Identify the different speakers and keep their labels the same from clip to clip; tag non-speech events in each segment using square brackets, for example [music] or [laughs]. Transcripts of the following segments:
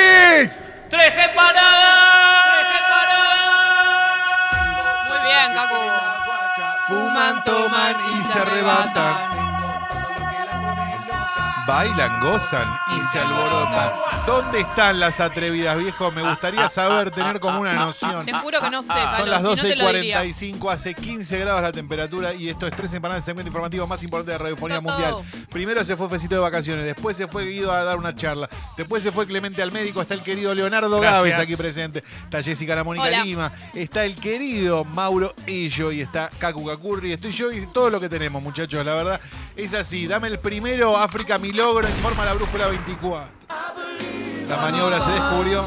Speaker 1: ¡Tres!
Speaker 2: ¡Tres separadas! ¡Tres separadas! Muy bien, Caco.
Speaker 3: Fuman, toman y se arrebatan.
Speaker 1: Bailan, gozan y se alborotan. ¿Dónde están las atrevidas, viejo? Me gustaría saber, tener como una noción.
Speaker 2: Te juro que no sé,
Speaker 3: Ah,
Speaker 2: Calo,
Speaker 1: Son las
Speaker 2: si no te lo diría.
Speaker 1: 12.45, hace 15 grados la temperatura y esto es tres empanadas, el segmento informativo más importante de Radiofonía
Speaker 2: Toto.
Speaker 1: Mundial. Primero se fue Fecito de vacaciones, después se fue Guido a dar una charla, después se fue Clemente al médico, está el querido Leonardo
Speaker 3: Gracias.
Speaker 1: Gávez aquí presente, está Jessica la Mónica
Speaker 2: Hola.
Speaker 1: Lima, está el querido Mauro Ello y está Kaku Kakurri, estoy yo y todo lo que tenemos, muchachos, la verdad es así. Dame el primero, África Milogro, informa la brújula 24. La maniobra se descubrió.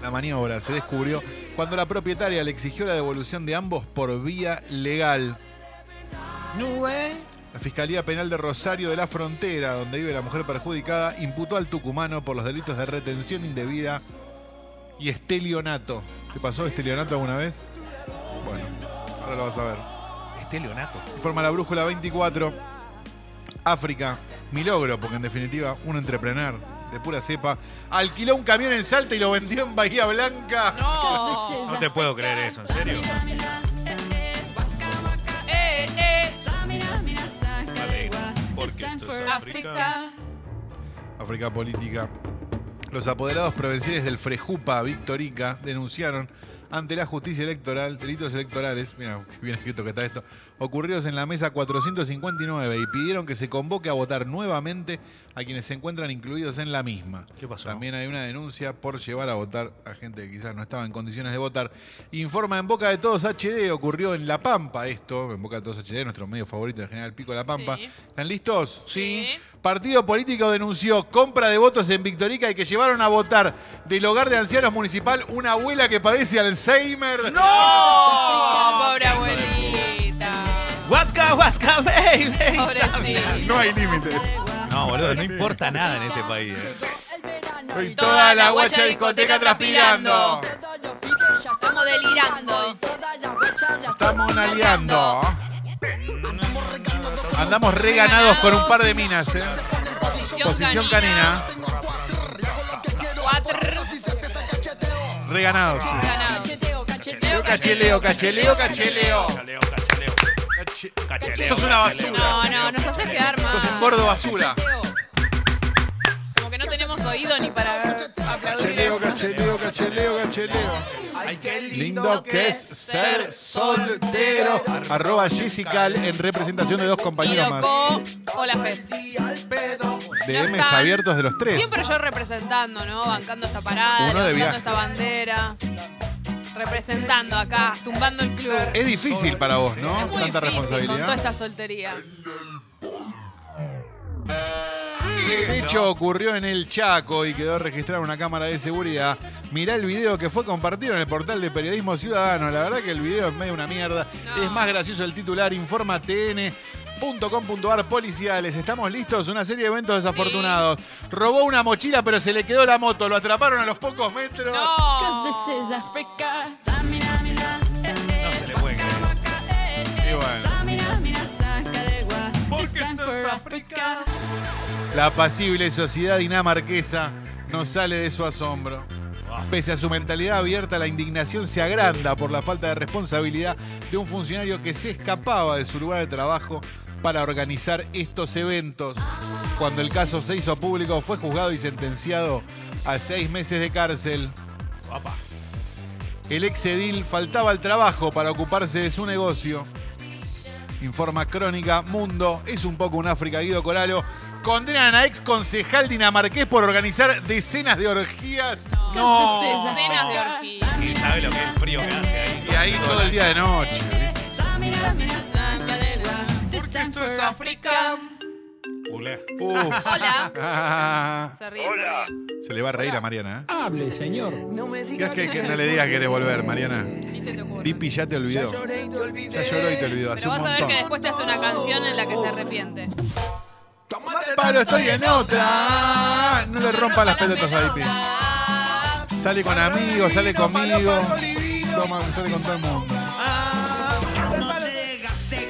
Speaker 1: La maniobra se descubrió cuando la propietaria le exigió la devolución de ambos por vía legal. La Fiscalía Penal de Rosario de la Frontera, donde vive la mujer perjudicada, imputó al tucumano por los delitos de retención indebida y estelionato. ¿Te pasó estelionato alguna vez? Bueno, ahora lo vas a ver.
Speaker 3: Este Leonato.
Speaker 1: Informa la brújula 24. África, mi logro, porque en definitiva, un entrepreneur de pura cepa alquiló un camión en Salta y lo vendió en Bahía Blanca.
Speaker 2: No.
Speaker 3: No te puedo creer eso, ¿en serio?
Speaker 2: Eh, eh.
Speaker 3: Vale, porque esto es África.
Speaker 2: África.
Speaker 1: África Política. Los apoderados provinciales del Frejupa Victorica denunciaron ante la justicia electoral delitos electorales, mira qué bien escrito que está esto, ocurridos en la mesa 459 y pidieron que se convoque a votar nuevamente a quienes se encuentran incluidos en la misma.
Speaker 3: ¿Qué pasó?
Speaker 1: También hay una denuncia por llevar a votar a gente que quizás no estaba en condiciones de votar. Informa en Boca de Todos HD, ocurrió en La Pampa esto, en Boca de Todos HD, nuestro medio favorito de General Pico La Pampa.
Speaker 2: Sí.
Speaker 1: ¿Están listos?
Speaker 2: Sí.
Speaker 1: Partido político denunció compra de votos en Victorica y que llevaron a votar del hogar de ancianos municipal una abuela que padece Alzheimer.
Speaker 2: ¡No! Oh, Pobre abuelita.
Speaker 3: Huasca, huasca, baby.
Speaker 2: Pobrecita.
Speaker 1: No hay límite.
Speaker 3: No, boludo, no importa nada en este país. eh.
Speaker 1: Y
Speaker 2: toda la guacha discoteca transpirando.
Speaker 4: Estamos
Speaker 2: delirando.
Speaker 1: Estamos aliando. Andamos reganados con un par de minas. ¿eh? Posición canina.
Speaker 2: Cuatro
Speaker 1: Reganados. sí.
Speaker 2: ganados.
Speaker 1: Yo
Speaker 2: Cacheteo,
Speaker 1: Cacheleo, cacheleo, cacheleo.
Speaker 3: Cachaleo, cachaleo,
Speaker 1: Cache-
Speaker 3: cachaleo.
Speaker 1: Sos una
Speaker 3: cachaleo,
Speaker 1: basura.
Speaker 2: No, no, nos haces quedar mal.
Speaker 1: Sos un gordo basura.
Speaker 2: Como que no tenemos oído ni para aplaudir.
Speaker 1: Cacheleo, cacheleo, cacheleo, cacheleo.
Speaker 3: Ay, qué
Speaker 1: Lindo que es ser soltero. Arroba Jessical en representación de dos
Speaker 2: Y
Speaker 1: compañeros más.
Speaker 2: loco, hola Fez.
Speaker 3: eh.
Speaker 1: DMs
Speaker 2: están.
Speaker 1: abiertos de los tres.
Speaker 2: Siempre yo representando, ¿no? Bancando esta parada,
Speaker 1: Uno de
Speaker 2: levantando
Speaker 1: viaje.
Speaker 2: esta bandera. Representando acá, tumbando el club.
Speaker 1: Es difícil para vos, ¿no?
Speaker 2: Muy
Speaker 1: Eh, Tanta
Speaker 2: difícil Con toda
Speaker 1: responsabilidad.
Speaker 2: esta soltería.
Speaker 1: El hecho ocurrió en el Chaco y quedó registrado en una cámara de seguridad. Mirá el video que fue compartido en el portal de Periodismo Ciudadano. La verdad que el video es medio una mierda.
Speaker 2: No.
Speaker 1: Es más gracioso el titular, informa tn.com.ar policiales. Estamos listos, una serie de eventos desafortunados. Robó una mochila pero se le quedó la moto, lo atraparon a los pocos metros.
Speaker 2: No.
Speaker 3: No se le puede creer.
Speaker 1: Y bueno,
Speaker 3: Porque esto es África.
Speaker 1: la apacible sociedad dinamarquesa no sale de su asombro. Pese a su mentalidad abierta, la indignación se agranda por la falta de responsabilidad de un funcionario que se escapaba de su lugar de trabajo para organizar estos eventos. Cuando el caso se hizo público, fue juzgado y sentenciado a seis meses de cárcel.
Speaker 3: Papá.
Speaker 1: El ex edil faltaba al trabajo para ocuparse de su negocio. Informa Crónica Mundo. Es un poco un África Guido Coralo. Condenan a ex concejal dinamarqués por organizar decenas de orgías.
Speaker 3: No.
Speaker 2: Cenas de orgía.
Speaker 3: Y sabe lo que es el frío que hace ahí.
Speaker 1: Y ahí todo el día de noche.
Speaker 3: Porque esto es África. Bulea.
Speaker 1: Uf.
Speaker 2: Hola.
Speaker 1: Ah,
Speaker 2: Se ríe, se ríe.
Speaker 1: [laughs] se le va a reír a Mariana. ¿eh?
Speaker 5: Hable, señor.
Speaker 1: ¿Qué hace que no le digas que querés volver, Mariana?
Speaker 2: Ni se te ocurre.
Speaker 1: Dipi ya te olvidó. Ya lloró y te olvidó. Hace
Speaker 2: Pero
Speaker 1: un
Speaker 2: vas a ver
Speaker 1: montón.
Speaker 2: que después te hace una canción en la que se arrepiente.
Speaker 1: Pablo, estoy en otra. No le rompan las pelotas a Dipi.
Speaker 2: a
Speaker 1: Sale con amigos, sale conmigo. Toma, sale con todo el mundo.
Speaker 2: Ah,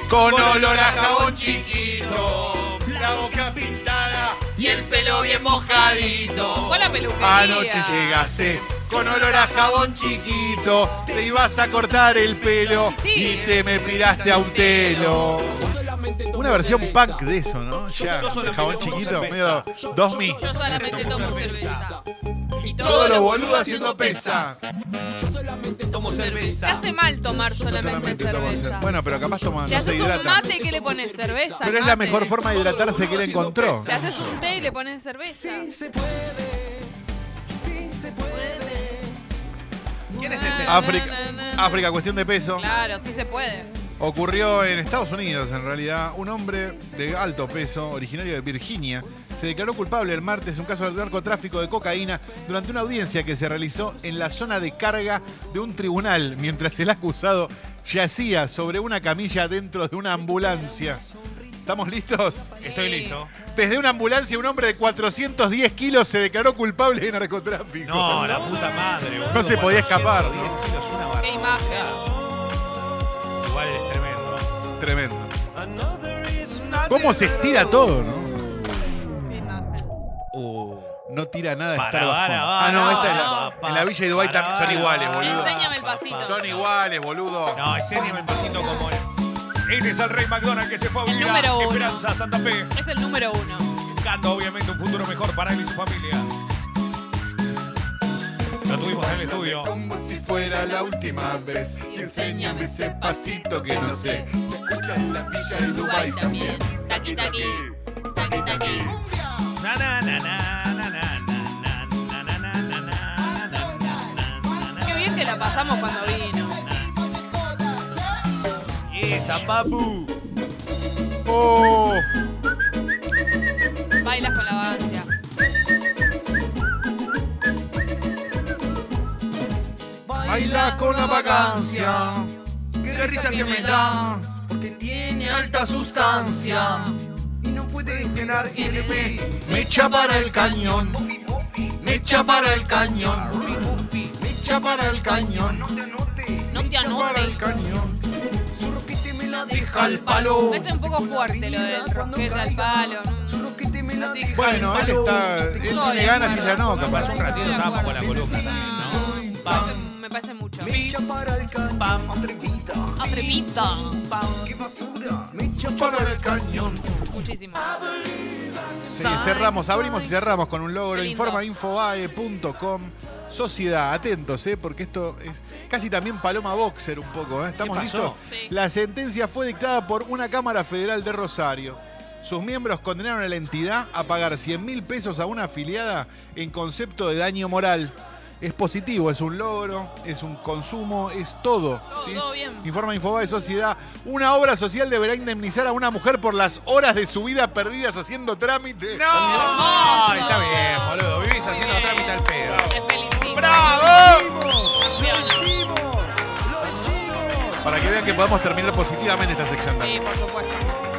Speaker 1: Con olor a jabón chiquito, la boca pintada,
Speaker 3: y el pelo bien mojadito.
Speaker 2: Fue a la peluquería.
Speaker 1: Anoche llegaste con olor a jabón chiquito. Te ibas a cortar el pelo
Speaker 2: Sí.
Speaker 1: y te me piraste a un telo. Una versión punk de eso, ¿no? Ya,
Speaker 4: Yo solamente
Speaker 1: jabón
Speaker 4: tomo
Speaker 1: chiquito,
Speaker 4: cerveza.
Speaker 1: medio dos mi.
Speaker 2: Yo solamente tomo cerveza. Y
Speaker 1: Todo lo
Speaker 2: lo
Speaker 1: boludo haciendo pesa.
Speaker 4: Yo solamente tomo
Speaker 2: Te
Speaker 4: cerveza.
Speaker 2: hace mal tomar solamente
Speaker 1: tomo
Speaker 2: cerveza.
Speaker 1: cer- Bueno, pero capaz toma, no se
Speaker 2: Te haces un
Speaker 1: hidrata.
Speaker 2: mate que le pones cerveza.
Speaker 1: Pero es la mejor forma de hidratarse que él encontró.
Speaker 2: Te haces un té y le pones cerveza.
Speaker 4: se puede. Sí se puede.
Speaker 3: ¿Quién es este?
Speaker 2: Ah.
Speaker 1: África, África, cuestión de peso.
Speaker 2: Claro, sí se puede.
Speaker 1: Ocurrió en Estados Unidos, en realidad. Un hombre de alto peso, originario de Virginia, se declaró culpable el martes en un caso de narcotráfico de cocaína durante una audiencia que se realizó en la zona de carga de un tribunal, mientras el acusado yacía sobre una camilla dentro de una ambulancia. ¿Estamos listos?
Speaker 2: Sí.
Speaker 3: Estoy listo.
Speaker 1: Desde una ambulancia, un hombre de 410 kilos se declaró culpable de narcotráfico.
Speaker 3: No, la puta madre. boludo.
Speaker 1: No se podía escapar, ¿no?
Speaker 3: 410 kilos, una barbaridad.
Speaker 2: Qué imagen.
Speaker 3: Igual es tremendo.
Speaker 1: Tremendo. ¿Cómo se estira todo, no?
Speaker 2: Qué imagen.
Speaker 3: Uh.
Speaker 1: No tira nada de
Speaker 3: Para,
Speaker 1: estar
Speaker 3: para,
Speaker 1: bajón.
Speaker 3: para,
Speaker 1: Ah, no, esta es
Speaker 3: para,
Speaker 1: la,
Speaker 3: para,
Speaker 1: en la Villa de Dubái
Speaker 3: para,
Speaker 1: también son
Speaker 3: para,
Speaker 1: iguales,
Speaker 3: para,
Speaker 1: boludo.
Speaker 2: Enséñame el pasito.
Speaker 1: Son iguales, boludo.
Speaker 3: No, enséñame el pasito como es. Este es el Rey McDonald que se fue a
Speaker 2: El
Speaker 3: vivir
Speaker 2: número
Speaker 3: a
Speaker 2: uno.
Speaker 3: Esperanza, Santa Fe,
Speaker 2: Es el número uno.
Speaker 3: buscando obviamente un futuro mejor para él y su familia. Lo tuvimos en el estudio.
Speaker 5: Como si fuera la última vez Y enséñame ese pasito que no sé Se escucha en la villa y Dubai también
Speaker 2: Taqui, taqui. Taqui, taqui.
Speaker 3: Na, na, na, na, na, na, na, na, na, na, na, na, na, na, na, na,
Speaker 2: Qué bien que la pasamos cuando vino.
Speaker 3: na. Esa, papu.
Speaker 1: Oh,
Speaker 2: Bailas con la vancia.
Speaker 1: baila con la vacancia.
Speaker 2: Qué risa que me da.
Speaker 5: Porque tiene
Speaker 1: Alta sustancia.
Speaker 5: Y no puede llenar
Speaker 1: Me echa para el cañón. Me echa para el cañón. Me echa para el cañón.
Speaker 5: No te note
Speaker 2: No te
Speaker 1: Para el
Speaker 2: anotes.
Speaker 1: cañón.
Speaker 5: Solo que te me la
Speaker 2: deja al palo. Este es un poco fuerte lo del rosquete al palo. Mm.
Speaker 5: Solo que te me la deja
Speaker 1: Bueno, él está. Él tiene ganas y ya no, capaz.
Speaker 3: Hace un ratito estábamos con la columna también, ¿no?
Speaker 2: Me parece- Me parece mucho.
Speaker 5: Me echa para el cañón Atrevida
Speaker 2: Atrevita.
Speaker 5: Qué basura Me echa para el cañón
Speaker 2: Muchísimo.
Speaker 1: Sí, cerramos, abrimos y cerramos con un logro.
Speaker 2: Qué lindo.
Speaker 1: Informa infobae.com. Sociedad, atentos, ¿eh? porque esto es casi también paloma boxer un poco. ¿eh? ¿Estamos
Speaker 3: ¿Qué
Speaker 1: listos?
Speaker 3: pasó?
Speaker 2: Sí.
Speaker 1: La sentencia fue dictada por una Cámara Federal de Rosario. Sus miembros condenaron a la entidad a pagar 100 mil pesos a una afiliada en concepto de daño moral. Es positivo, es un logro, es un consumo, es todo.
Speaker 2: Todo, todo bien.
Speaker 1: Informa Infobae Sociedad. Una obra social deberá indemnizar a una mujer por las horas de su vida perdidas haciendo trámite.
Speaker 3: No, está bien, boludo. Vivís haciendo
Speaker 2: bien.
Speaker 3: trámite al pedo.
Speaker 2: Te felicito.
Speaker 1: ¡Bravo!
Speaker 2: Campeona.
Speaker 1: Para que vean que podemos terminar positivamente esta sección. también.
Speaker 2: Sí, por supuesto.